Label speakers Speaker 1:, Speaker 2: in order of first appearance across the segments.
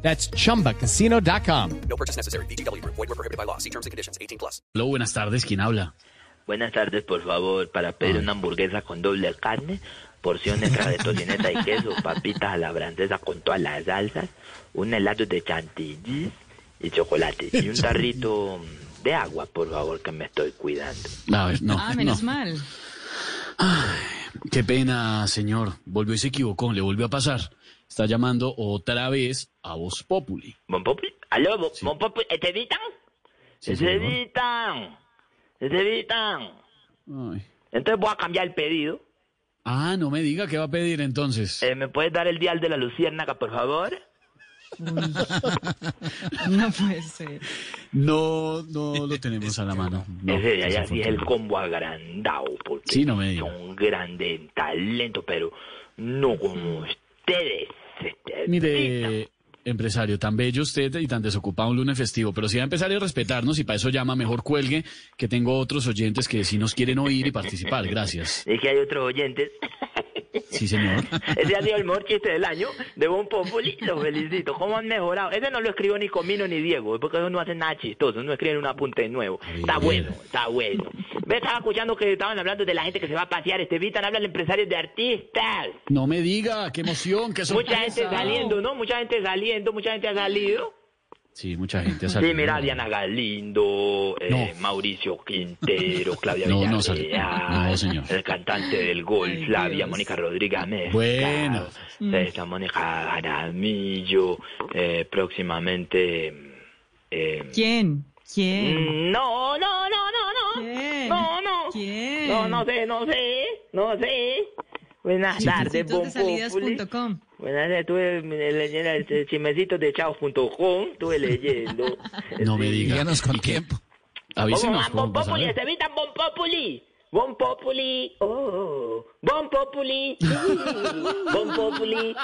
Speaker 1: That's chumbacasino.com.
Speaker 2: No purchase necessary. BGW. Void were prohibited by law. See terms and conditions. 18 plus.
Speaker 3: Hola, buenas tardes. ¿Quién habla?
Speaker 4: Buenas tardes, por favor, para pedir
Speaker 3: Ah.
Speaker 4: una hamburguesa con doble carne, porción extra de tocineta y queso, papitas a la francesa con todas las salsas, un helado de chantilly y chocolate y un tarrito de agua, por favor, que me estoy cuidando.
Speaker 3: A ver, no.
Speaker 5: Ah, menos
Speaker 3: no.
Speaker 5: mal.
Speaker 3: Qué pena, señor. Volvió y se equivocó. Le volvió a pasar. Está llamando otra vez a Voz Populi.
Speaker 4: Bon Populi, aló, Bon- Bon Populi, ¿te editan?
Speaker 3: Sí,
Speaker 4: ¿Te
Speaker 3: señor.
Speaker 4: editan? ¿Te editan?
Speaker 3: Ay.
Speaker 4: Entonces voy a cambiar el pedido.
Speaker 3: Ah, no me diga qué va a pedir entonces.
Speaker 4: Eh, ¿Me puedes dar el dial de la luciérnaga, por favor?
Speaker 5: No puede ser.
Speaker 3: No, no lo tenemos a la mano. No,
Speaker 4: Ese de allá sí es el
Speaker 3: desafortunadamente.
Speaker 4: combo agrandado, porque
Speaker 3: Sí, no me diga.
Speaker 4: son grandes en talento, pero no como ustedes. este,
Speaker 3: Mm. Mire, empresario, tan bello usted y tan desocupado un lunes festivo, pero si va a empezar a respetarnos y para eso llama, mejor cuelgue, que tengo otros oyentes que sí nos quieren oír y participar. Gracias.
Speaker 4: Es que hay otros oyentes.
Speaker 3: Sí, señor.
Speaker 4: Ese ha sido el mejor chiste del año de Bon Populi. Los felicito. ¿Cómo han mejorado? Ese no lo escribió ni Comino ni Diego, porque ellos no hacen nada chistoso. No escriben un apunte nuevo.
Speaker 3: ver.
Speaker 4: Está bueno, está bueno. Ve, estaba escuchando que estaban hablando de la gente que se va a pasear. Este Vitan habla de empresarios de artistas.
Speaker 3: No me diga, qué emoción, qué sorpresa.
Speaker 4: Mucha gente saliendo, ¿no? Mucha gente saliendo, mucha gente ha salido.
Speaker 3: Sí, mucha gente ha
Speaker 4: Sí,
Speaker 3: salido.
Speaker 4: mira, Diana Galindo, eh, Mauricio Quintero, Claudia
Speaker 3: No, no,
Speaker 4: Villarreal,
Speaker 3: no, señor.
Speaker 4: el cantante del gol,
Speaker 5: Ay,
Speaker 4: Flavia,
Speaker 5: Dios.
Speaker 4: Mónica Rodríguez Mezcal,
Speaker 3: Bueno.
Speaker 4: esta Mónica Jaramillo, eh, próximamente... eh,
Speaker 5: ¿Quién? ¿Quién?
Speaker 4: no, no, no, no, no,
Speaker 5: ¿Quién?
Speaker 4: no, no,
Speaker 5: ¿Quién?
Speaker 4: no, no sé, no sé, no sé. Buenas tardes,
Speaker 5: Sitios de
Speaker 4: Bon Populi.
Speaker 5: salidas.com.
Speaker 4: Buenas tardes, estuve leyendo el chimecito de chaos.com, estuve leyendo.
Speaker 3: No me diga.
Speaker 6: Díganos con tiempo.
Speaker 4: Vamos
Speaker 3: Avísenos
Speaker 4: a Bon
Speaker 3: cómo pasa.
Speaker 4: Populi, se evitan Bon Populi. Bon Populi, oh, Bon Populi, sí, Bon Populi,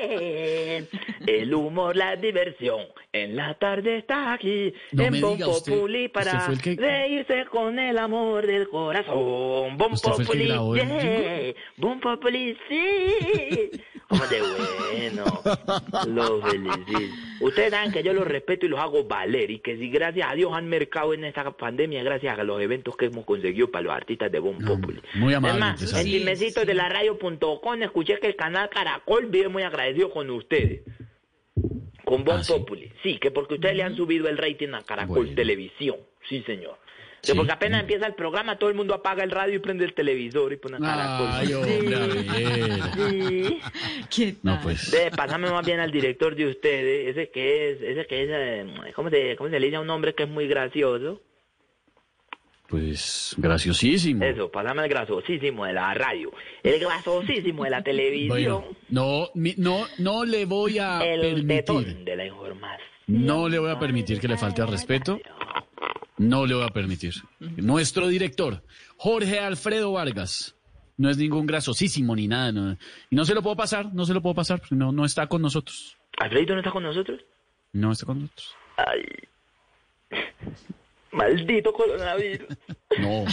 Speaker 4: yeah. El humor, la diversión, en la tarde está aquí,
Speaker 3: No me
Speaker 4: en Bon
Speaker 3: diga, usted-
Speaker 4: Populi
Speaker 3: usted
Speaker 4: para
Speaker 3: fue el que-
Speaker 4: reírse con el amor del corazón. Bon
Speaker 3: ¿Usted fue el que
Speaker 4: Populi,
Speaker 3: grabó el
Speaker 4: yeah, Bon Populi, sí. Como de bueno, lo felicito. Ustedes saben que yo los respeto y los hago valer y que si gracias a Dios han mercado en esta pandemia gracias a los eventos que hemos conseguido para los artistas de Bon Populi.
Speaker 3: Mm, muy amable,
Speaker 4: Es más, en
Speaker 3: empresario.
Speaker 4: chismecitos de la radio.com escuché que el canal Caracol vive muy agradecido con ustedes. Con Bon
Speaker 3: Ah, sí. Mm.
Speaker 4: Populi. Sí, que porque ustedes le han subido el rating a Caracol
Speaker 3: Bueno.
Speaker 4: Televisión. Sí, señor. Que
Speaker 3: Sí.
Speaker 4: porque apenas empieza el programa todo el mundo apaga el radio y prende el televisor y pone a Caracol.
Speaker 3: Ay, hombre, a ver.
Speaker 4: Sí. Ah,
Speaker 5: ¿Qué tal?
Speaker 3: No, pues.
Speaker 4: Ve, pásame más bien al director de ustedes, ese que es, ese que es, eh, ¿cómo se, cómo se le dice a un hombre que es muy gracioso?
Speaker 3: Pues, graciosísimo.
Speaker 4: Eso, pásame al grasosísimo de la radio, el grasosísimo de la televisión,
Speaker 3: Bueno, no, mi- no, no le voy a
Speaker 4: el tetón
Speaker 3: Ah, permitir.
Speaker 4: de la información.
Speaker 3: No le voy a permitir que le falte al respeto. No le voy a permitir. Nuestro director, Jorge Alfredo Vargas, no es ningún grasosísimo ni nada. no- y no se lo puedo pasar, no se lo puedo pasar, porque no, no está con nosotros.
Speaker 4: ¿Alfredito no está con nosotros?
Speaker 3: No está con nosotros.
Speaker 4: Ay, maldito coronavirus,
Speaker 3: No,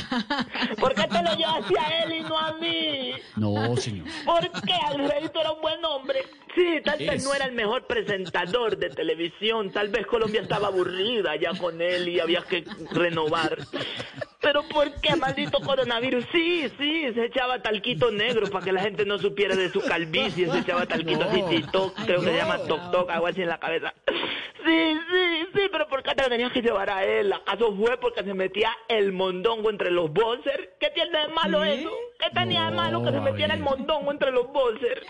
Speaker 4: ¿por qué te lo llevaste a él y no a mí?
Speaker 3: no, señor.
Speaker 4: ¿Por qué Alfredito era un buen hombre? Sí, tal vez
Speaker 3: Es.
Speaker 4: no era el mejor presentador de televisión, tal vez Colombia estaba aburrida ya con él y había que renovar. Pero ¿por qué, maldito coronavirus? Sí, sí, se echaba talquito negro para que la gente no supiera de su calvicie, se echaba talquito así, TikTok, creo que se llama Toc Toc, algo así en la cabeza. Sí, sí, sí, pero ¿por qué te lo tenías que llevar a él? ¿Acaso fue porque se metía el mondongo entre los boxers? ¿Qué tiene de malo
Speaker 5: ¿Qué?
Speaker 4: eso? ¿Qué tenía de
Speaker 3: No,
Speaker 4: malo que se metiera el
Speaker 3: Gabriel.
Speaker 4: mondongo entre los boxers?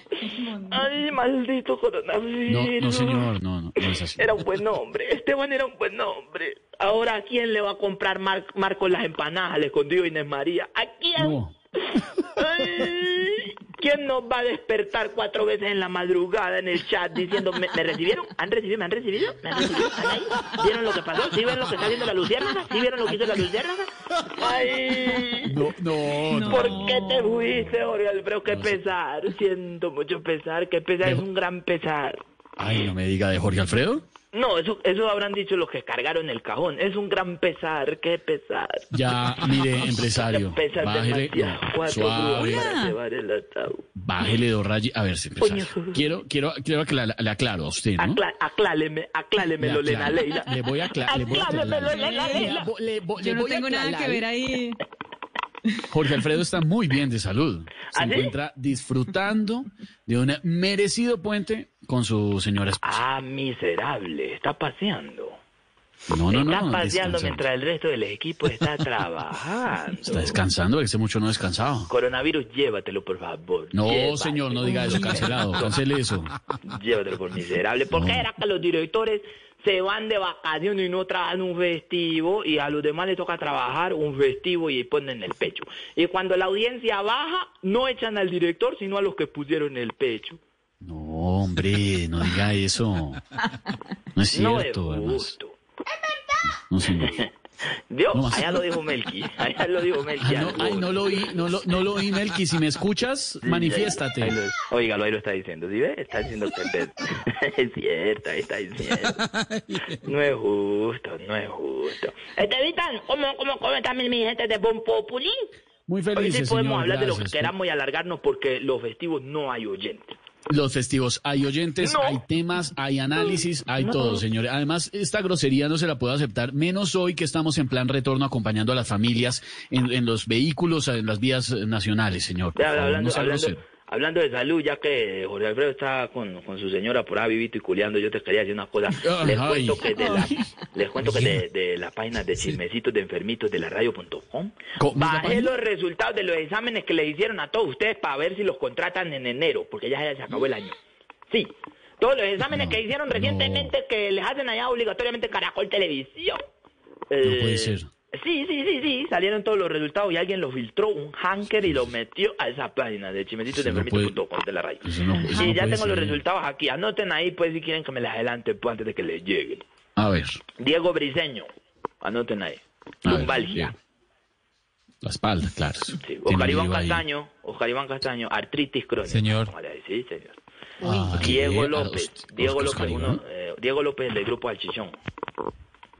Speaker 4: Ay, maldito
Speaker 3: No,
Speaker 4: coronavirus.
Speaker 3: no, señor, no, no, no es así.
Speaker 4: Era un buen hombre. Esteban era un buen hombre. Ahora, ¿a quién le va a comprar Mar Marco las empanadas al escondido Inés María? ¿A quién?
Speaker 3: No.
Speaker 4: Ay, ¿Quién ¿Quién nos va a despertar cuatro veces en la madrugada en el chat diciendo, ¿me, me recibieron? ¿Han recibido? ¿Me han recibido? ¿Me han recibido? ¿Están ahí? ¿Vieron lo que pasó? ¿Sí ven lo que está haciendo la luciérnaga? ¿Sí vieron lo que hizo la luciérnaga? ¡Ay!
Speaker 3: No, no, no.
Speaker 5: No.
Speaker 4: ¿Por qué te fuiste, Jorge Alfredo? ¡Qué pesar! Siento mucho pesar, qué pesar, es un gran pesar.
Speaker 3: Ay, no me diga de Jorge Alfredo.
Speaker 4: No, eso, eso habrán dicho los que cargaron el cajón. Es un gran pesar, qué pesar.
Speaker 3: Ya, mire, empresario.
Speaker 4: Qué pesar
Speaker 3: Bájele.
Speaker 4: demasiado.
Speaker 3: no,
Speaker 4: Cuatro grúas
Speaker 3: suave.
Speaker 4: para llevar el ataúd.
Speaker 3: Bájele dos rayos. A ver, sí, empresario.
Speaker 4: Coño.
Speaker 3: Quiero, quiero, quiero que la- le aclaro a usted, ¿no?
Speaker 4: Aclá- acláleme, acláleme,
Speaker 3: Le
Speaker 4: Lorena
Speaker 3: aclaro.
Speaker 4: Leila.
Speaker 3: Le voy a acla- le voy a aclarar.
Speaker 4: Acláleme, Lorena Leila.
Speaker 3: Bo- le- bo- le
Speaker 5: Yo no
Speaker 3: voy a
Speaker 5: tengo nada que
Speaker 3: aclarar.
Speaker 5: ver ahí.
Speaker 3: Jorge Alfredo está muy bien de salud. Se
Speaker 4: ¿Ah, sí?
Speaker 3: encuentra disfrutando de un merecido puente con su señora esposa.
Speaker 4: Ah, miserable, está paseando.
Speaker 3: No, no, no.
Speaker 4: está paseando
Speaker 3: descansando.
Speaker 4: mientras el resto del equipo está trabajando.
Speaker 3: Está descansando, porque hace mucho no ha descansado.
Speaker 4: Coronavirus, llévatelo, por favor.
Speaker 3: No,
Speaker 4: llévatelo.
Speaker 3: señor, no diga eso, cancelado, cancele eso.
Speaker 4: Llévatelo por miserable. ¿Por qué
Speaker 3: No.
Speaker 4: era que los directores se van de vacaciones y no trabajan un festivo y a los demás les toca trabajar un festivo y ponen el pecho? Y cuando la audiencia baja, no echan al director, sino a los que pusieron el pecho.
Speaker 3: No, hombre, no diga eso. No es
Speaker 4: no es
Speaker 3: cierto, además.
Speaker 4: justo.
Speaker 3: No, señor.
Speaker 4: Dios,
Speaker 3: No más.
Speaker 4: allá lo dijo Melqui. Allá lo dijo
Speaker 3: Ah,
Speaker 4: Melqui.
Speaker 3: no,
Speaker 4: algo.
Speaker 3: ay, no lo oí, no lo, no lo oí, Melqui. Si me escuchas,
Speaker 4: Ahí
Speaker 3: manifiéstate.
Speaker 4: lo- Óigalo, ahí lo está diciendo. ¿Sí ve? Está diciendo que es- es cierto, ahí está diciendo. No es justo, no es justo. Estevitan, ¿cómo, cómo, cómo están mis, mis gente de Bon Populi?
Speaker 3: Muy
Speaker 4: Hoy
Speaker 3: feliz,
Speaker 4: sí podemos
Speaker 3: señor.
Speaker 4: hablar de lo que
Speaker 3: gracias.
Speaker 4: queramos y alargarnos porque los festivos no hay oyentes.
Speaker 3: Los festivos, hay oyentes,
Speaker 4: No.
Speaker 3: hay temas, hay análisis, hay todo, señores. Además, esta grosería no se la puedo aceptar, menos hoy que estamos en plan retorno acompañando a las familias en, en los vehículos, en las vías eh, nacionales, señor. Por
Speaker 4: Ya,
Speaker 3: favor, no
Speaker 4: hablando,
Speaker 3: sea
Speaker 4: hablando,
Speaker 3: grosero.
Speaker 4: hablando de salud, ya que Jorge Alfredo está con, con su señora por ahí vivito y culeando, yo te quería decir una cosa.
Speaker 3: Ay,
Speaker 4: Les
Speaker 3: ay.
Speaker 4: cuento que de la,
Speaker 3: Ay.
Speaker 4: les cuento que de, de la página de chismecitos de enfermitos de la radio.com
Speaker 3: ¿Cómo es la
Speaker 4: bajé
Speaker 3: página?
Speaker 4: los resultados de los exámenes que le hicieron a todos ustedes para ver si los contratan en enero, porque ya se acabó el año. Sí. Todos los exámenes
Speaker 3: No,
Speaker 4: que hicieron
Speaker 3: no.
Speaker 4: recientemente que les hacen allá obligatoriamente en Caracol Televisión. Eh,
Speaker 3: No puede ser.
Speaker 4: Sí, sí, sí, sí. Salieron todos los resultados y alguien los filtró, un hacker, y los metió a esa página de chimetitos de
Speaker 3: Eso no
Speaker 4: enfermitos.com de la radio.
Speaker 3: Eso no- eso
Speaker 4: y
Speaker 3: no
Speaker 4: ya
Speaker 3: puede
Speaker 4: tengo los
Speaker 3: ser.
Speaker 4: resultados aquí. Anoten ahí, pues, si quieren que me las adelante pues, antes de que les lleguen.
Speaker 3: A ver,
Speaker 4: Diego Briseño. Anoten ahí.
Speaker 3: A ver,
Speaker 4: Lumbalgia.
Speaker 3: bien. Ah, la espalda, claro.
Speaker 4: Sí,
Speaker 3: Tiene
Speaker 4: Oscar Iván
Speaker 3: lío ahí.
Speaker 4: Castaño, Oscar Iván Castaño, artritis crónica.
Speaker 6: Señor.
Speaker 4: Vale, sí, señor.
Speaker 3: Ah,
Speaker 4: Diego
Speaker 3: eh, a
Speaker 4: López,
Speaker 3: los-
Speaker 4: Diego
Speaker 3: Oscar
Speaker 4: López,
Speaker 3: Iván.
Speaker 4: uno, eh, Diego López del grupo Alchichón.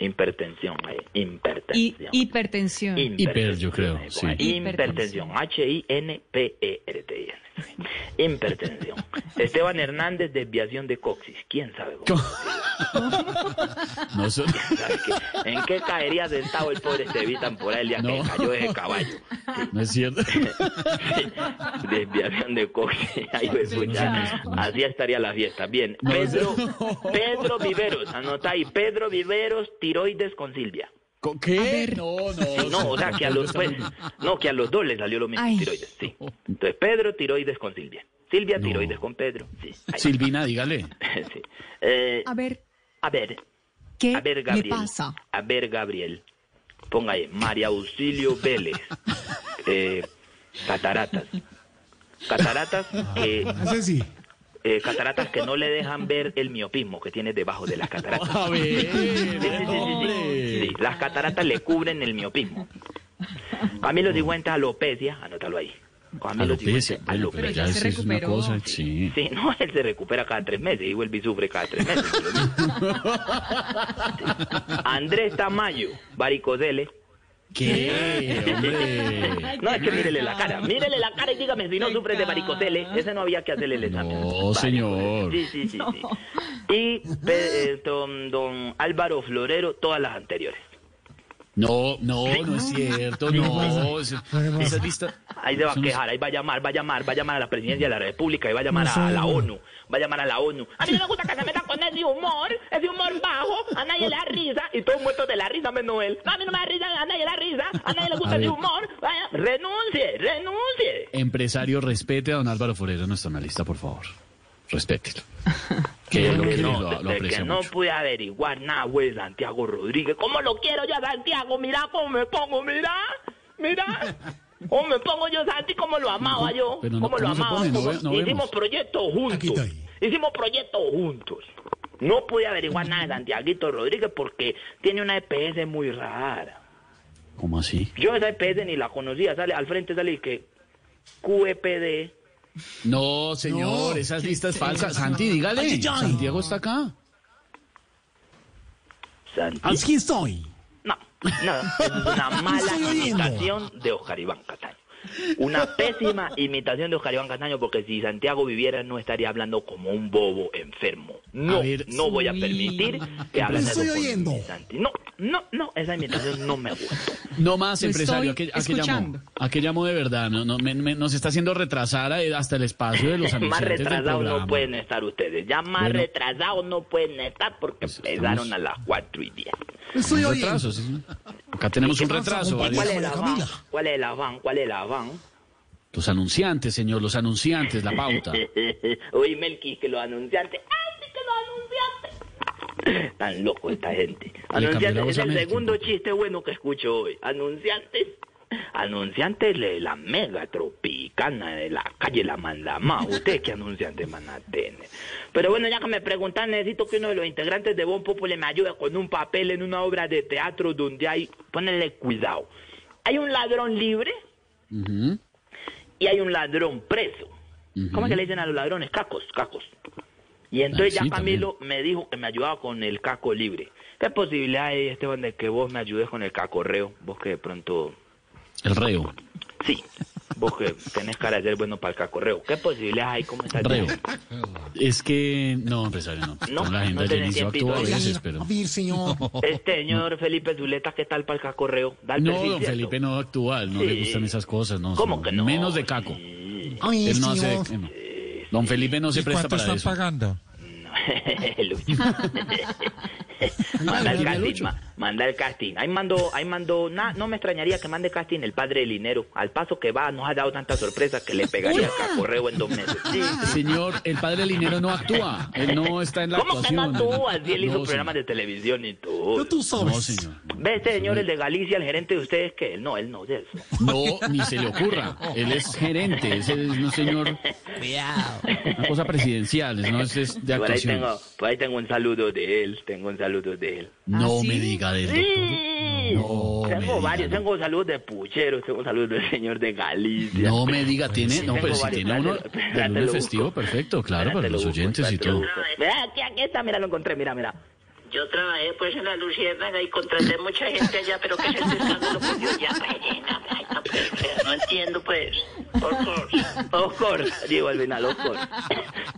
Speaker 4: Hipertensión, ahí,
Speaker 5: Y
Speaker 4: hipertensión.
Speaker 5: hipertensión.
Speaker 3: Hiper, yo creo, sí.
Speaker 4: Hipertensión, E H-I-N-P-E-R-T-I-N. Hipertensión. Esteban Hernández, desviación de coxis. ¿Quién sabe? cómo?
Speaker 3: No, eso-
Speaker 4: ¿Sabe qué? ¿En qué caería sentado el pobre Estevitan por ahí el día
Speaker 3: No.
Speaker 4: que cayó ese caballo?
Speaker 3: no es cierto.
Speaker 4: Desviación de coche. Ay, pues, pucha. Así estaría la fiesta. Bien.
Speaker 3: No,
Speaker 4: Pedro,
Speaker 3: no.
Speaker 4: Pedro Viveros. Anota ahí. Pedro Viveros, tiroides con Silvia.
Speaker 3: ¿Con qué? No, no.
Speaker 4: No, o sea, que a los, pues, no, que a los dos les salió lo mismo.
Speaker 5: Ay.
Speaker 4: Tiroides, sí. Entonces, Pedro, tiroides con Silvia. Silvia,
Speaker 3: No.
Speaker 4: tiroides con Pedro. Sí. ahí.
Speaker 3: Silvina, dígale.
Speaker 4: Sí. Eh,
Speaker 5: A ver,
Speaker 4: a ver,
Speaker 5: ¿qué
Speaker 4: a ver,
Speaker 5: le
Speaker 4: Gabriel.
Speaker 5: pasa?
Speaker 4: A ver, Gabriel. Ponga ahí. María Auxilio Vélez. Eh, cataratas. Cataratas que
Speaker 6: Ese sí.
Speaker 4: eh, cataratas que no le dejan ver el miopismo que tiene debajo de las cataratas.
Speaker 3: A ver,
Speaker 4: Sí, sí, sí, sí, sí.
Speaker 3: hombre.
Speaker 4: Sí, las cataratas le cubren el miopismo. Camilo Sigüenza, alopecia, anótalo ahí. Camilo
Speaker 3: Alopecia,
Speaker 4: Sigüenza,
Speaker 3: bueno, pero
Speaker 4: alopecia.
Speaker 3: ya
Speaker 5: ya
Speaker 3: eso
Speaker 5: se
Speaker 3: es una
Speaker 5: recuperó.
Speaker 3: cosa, sí.
Speaker 4: Sí, no, él se recupera cada tres meses y vuelve y sufre cada tres meses. Sí. Andrés Tamayo, varicocele.
Speaker 3: ¿Qué? Hombre.
Speaker 4: No, es que mírele la cara, mírele la cara y dígame si no sufre de varicocele. Ese no había que hacerle el examen. pues.
Speaker 3: No, señor.
Speaker 4: Sí, sí, sí. sí. Y pe- eh, don, don Álvaro Florero, todas las anteriores.
Speaker 3: No, no, no es cierto, no. es- Esas vistas.
Speaker 4: Ahí se va a quejar, ahí va a llamar, va a llamar, va a llamar a la presidencia de la República, y va a llamar a,
Speaker 6: No sé.
Speaker 4: la ONU, va a llamar a la ONU. A mí no me gusta que se metan con ese humor, ese humor bajo, a nadie le da risa, y todos muertos de la risa menos él. No, a mí no me da risa, a nadie le da risa, a nadie le
Speaker 3: A
Speaker 4: gusta ese
Speaker 3: ver.
Speaker 4: humor. Vaya, renuncie, renuncie.
Speaker 3: Empresario, respete a don Álvaro Forero, nuestro analista, por favor. Respételo. Que lo,
Speaker 4: De
Speaker 3: que
Speaker 4: que
Speaker 3: lo,
Speaker 4: no,
Speaker 3: lo
Speaker 4: de
Speaker 3: aprecia
Speaker 4: que no
Speaker 3: mucho.
Speaker 4: pude averiguar nada, güey, Santiago Rodríguez. ¿Cómo lo quiero yo a Santiago? Mira cómo me pongo, mira, mira. O me pongo yo, Santi, como lo amaba yo.
Speaker 3: Pero no,
Speaker 4: como lo
Speaker 3: ¿cómo se
Speaker 4: amaba.
Speaker 3: pone? No
Speaker 4: como-
Speaker 3: ve- no
Speaker 4: Hicimos
Speaker 3: vemos.
Speaker 4: proyectos
Speaker 6: Aquí
Speaker 4: juntos.
Speaker 6: estoy.
Speaker 4: Hicimos proyectos juntos. No pude averiguar nada de Santiaguito Rodríguez porque tiene una EPS muy rara.
Speaker 3: ¿Cómo así?
Speaker 4: Yo esa EPS ni la conocía. Sale, al frente sale que E QEPD.
Speaker 3: No, señor,
Speaker 6: No.
Speaker 3: esas listas falsas. Santi, dígale.
Speaker 6: Ay, ay.
Speaker 3: Santiago está acá.
Speaker 4: Santi.
Speaker 3: Ah,
Speaker 6: Aquí estoy.
Speaker 4: No, no, es una mala
Speaker 6: Estoy oyendo.
Speaker 4: imitación de Oscar Iván Castaño. Una pésima imitación de Oscar Iván Castaño porque si Santiago viviera no estaría hablando como un bobo enfermo. No,
Speaker 3: A ver,
Speaker 4: no voy a
Speaker 3: uy.
Speaker 4: permitir que hagas
Speaker 6: Estoy
Speaker 4: eso con
Speaker 6: oyendo.
Speaker 4: mi Santi. No, no, no, esa imitación no me gusta.
Speaker 3: No más,
Speaker 5: Lo
Speaker 3: empresario. ¿A
Speaker 5: estoy
Speaker 3: qué, a qué llamó?
Speaker 5: escuchando.
Speaker 3: ¿A qué llamó de verdad? No, no, me- me- nos está haciendo retrasar a- hasta el espacio de los
Speaker 4: Más
Speaker 3: anunciantes del
Speaker 4: retrasados
Speaker 3: programa.
Speaker 4: no pueden estar ustedes. Ya más
Speaker 3: Bueno.
Speaker 4: retrasados no pueden estar porque
Speaker 3: Pues estamos-
Speaker 4: empezaron a las 4 y 10.
Speaker 6: Estoy
Speaker 3: Un
Speaker 6: oyendo.
Speaker 3: retraso, sí, señor. Acá tenemos un
Speaker 6: pasa,
Speaker 3: retraso.
Speaker 6: compadre?
Speaker 3: varios-
Speaker 4: ¿Cuál es el
Speaker 6: María
Speaker 4: afán?
Speaker 6: Camila.
Speaker 4: ¿Cuál es el afán? ¿Cuál es el afán?
Speaker 3: Los anunciantes, señor, los anunciantes, la pauta.
Speaker 4: Oye, Melqui, que los anunciantes. ¡Ay, sí que los anunciantes! Tan loco esta gente.
Speaker 3: cambió la
Speaker 4: Anunciantes
Speaker 3: voz
Speaker 4: es
Speaker 3: a
Speaker 4: el
Speaker 3: Melqui,
Speaker 4: segundo
Speaker 3: entonces.
Speaker 4: chiste bueno que escucho hoy. Anunciantes. Anunciantes de la mega tropicana de la calle La Mandamá. Ustedes qué anunciantes van a tener. Pero bueno, ya que me preguntan, necesito que uno de los integrantes de Bon Populi me ayude con un papel en una obra de teatro donde hay. Ponele cuidado. Hay un ladrón libre
Speaker 3: Ujú.
Speaker 4: y hay un ladrón preso. ¿Cómo es que le dicen a los ladrones? Cacos, cacos. Y entonces
Speaker 3: Ah, sí,
Speaker 4: ya Camilo me dijo que me ayudaba con el caco libre. ¿Qué posibilidad hay, Esteban, de que vos me ayudes con el cacorreo? Vos que de pronto...
Speaker 3: El reo.
Speaker 4: Sí, vos que tenés cara de ser bueno para el cacorreo. ¿Qué posibilidad hay? ¿Cómo estás?
Speaker 3: Reo. Es que no, empresario, no.
Speaker 4: No,
Speaker 3: la agenda de
Speaker 4: no tenés
Speaker 3: inicio
Speaker 4: tiempito
Speaker 3: actúa a
Speaker 4: ahí.
Speaker 3: veces, pero.
Speaker 6: A ver, señor.
Speaker 4: Este señor Felipe Zuleta, ¿qué tal para el cacorreo? Da el
Speaker 3: No,
Speaker 4: perfil,
Speaker 3: don
Speaker 4: ¿cierto?
Speaker 3: Felipe no actúa, no
Speaker 4: Sí.
Speaker 3: le gustan esas cosas, no.
Speaker 4: ¿Cómo
Speaker 3: señor.
Speaker 4: que no?
Speaker 3: Menos de caco.
Speaker 6: A ver,
Speaker 3: Él no hace.
Speaker 6: señor.
Speaker 3: eh, no. Don Felipe no se
Speaker 7: ¿Y
Speaker 3: presta
Speaker 7: cuánto
Speaker 3: para
Speaker 7: están
Speaker 3: eso.
Speaker 7: pagando?
Speaker 4: Lucho. manda el casting, ma- manda el casting. Ahí mandó, ahí mandó, na- no me extrañaría que mande casting el padre del dinero. Al paso que va, nos ha dado tanta sorpresa que le pegaría a correo en dos meses. Sí.
Speaker 3: Señor, el padre Linero no actúa. Él no está en la
Speaker 4: ¿Cómo que no
Speaker 3: actuación.
Speaker 4: actúa? Si él hizo
Speaker 3: No,
Speaker 4: programas de televisión y
Speaker 6: Pero
Speaker 4: todo.
Speaker 6: tú
Speaker 3: señor.
Speaker 6: sabes.
Speaker 3: No, señor.
Speaker 4: ¿Ve este señor, el de Galicia, el gerente de ustedes? que Él no, él no, de eso.
Speaker 3: No, ni se le ocurra. Él es gerente, es el- no, señor. Una cosa presidencial, no es, es de
Speaker 4: Por ahí,
Speaker 3: actuación.
Speaker 4: tengo, por ahí tengo un saludo de él, tengo un saludo de él.
Speaker 3: No
Speaker 5: ¿Ah, sí?
Speaker 3: me diga del doctor.
Speaker 4: Sí.
Speaker 3: No, me
Speaker 4: tengo
Speaker 3: diga,
Speaker 4: varios,
Speaker 3: no.
Speaker 4: tengo saludos de pucheros, tengo saludos del señor de Galicia.
Speaker 3: No me diga, tiene,
Speaker 4: sí,
Speaker 3: no,
Speaker 4: tengo
Speaker 3: pero si
Speaker 4: varios,
Speaker 3: tiene uno
Speaker 4: espérate,
Speaker 3: de
Speaker 4: espérate, lo
Speaker 3: lunes
Speaker 4: busco.
Speaker 3: festivo, perfecto, claro,
Speaker 4: Espérate,
Speaker 3: para
Speaker 4: lo
Speaker 3: los
Speaker 4: busco,
Speaker 3: oyentes y
Speaker 4: espérate, lo
Speaker 3: todo.
Speaker 4: busco. Vea, Aquí, aquí está, mira, lo encontré, mira, mira.
Speaker 8: Yo trabajé pues en la Luciérnaga y contraté mucha gente allá, pero que se escándalo pues yo ya pues, llega, ay, no, pues, pues, no entiendo pues. Por favor.
Speaker 4: Of course, digo al final, of course.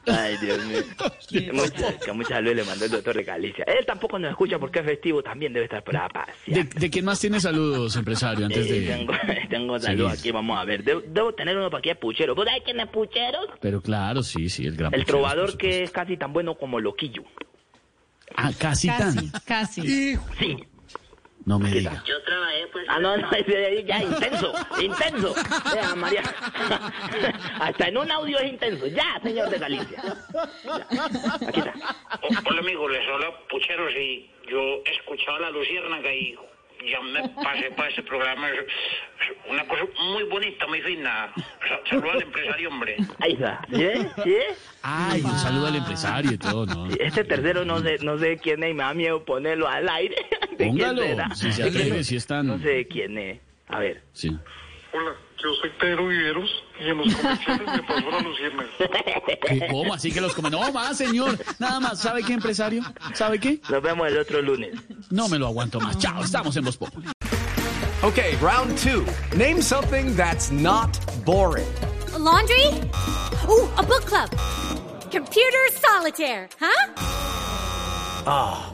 Speaker 4: Ay, Dios mío. Muchas, que muchas saludos le mandó el doctor de Galicia. Él tampoco nos escucha porque es festivo, también debe estar por la paz.
Speaker 3: ¿De, de quién más tiene saludos, empresario, antes
Speaker 4: Eh,
Speaker 3: de...?
Speaker 4: tengo, tengo saludos aquí, vamos a ver. Debo, debo tener uno para aquí de puchero. ¿Vos sabés quién es puchero?
Speaker 3: Pero claro, sí, sí, el gran...
Speaker 4: El
Speaker 3: Pucheros,
Speaker 4: trovador
Speaker 3: por
Speaker 4: que
Speaker 3: supuesto.
Speaker 4: es casi tan bueno como Loquillo.
Speaker 3: Ah, casi
Speaker 5: Casi,
Speaker 3: tan.
Speaker 5: casi.
Speaker 6: Hijo,
Speaker 4: Sí.
Speaker 3: No me diga.
Speaker 8: Yo trabajé pues
Speaker 4: Ah, no, no, ese es ya intenso, intenso. Vea, María. Hasta en un audio es intenso. Ya, señor de Galicia. Ya. Aquí está.
Speaker 9: O- Hola amigos, les habla Pucheros y yo escuchaba la Luciérnaga y ya me pasé para este programa. Es es una cosa muy bonita, muy fina. Sa- Saluda al empresario, hombre.
Speaker 4: Ahí está. ¿Sí? ve? ¿Sí? ve?
Speaker 3: Ay, un saludo al empresario y todo, ¿no?
Speaker 4: Este tercero no sé, no sé quién es y me da miedo ponerlo al aire. ¿De quién
Speaker 3: Póngalo,
Speaker 4: será?
Speaker 3: si se
Speaker 4: ¿De quién
Speaker 3: atreve,
Speaker 4: es?
Speaker 3: si es
Speaker 4: No
Speaker 3: tan...
Speaker 4: sé de quién es. A ver.
Speaker 3: Sí.
Speaker 9: Hola, yo soy Pedro Viveros y en los comerciales me pasó la Luciérnaga.
Speaker 3: ¿Qué? ¿Cómo? Así que los come. No más, señor. Nada más. ¿Sabe qué, empresario? ¿Sabe qué?
Speaker 4: Nos vemos el otro lunes.
Speaker 3: No me lo aguanto más. Chao, estamos en Voz Populi.
Speaker 10: Okay, round two. Name something that's not boring.
Speaker 11: laundry? Ooh, a book club. Computer solitaire, huh?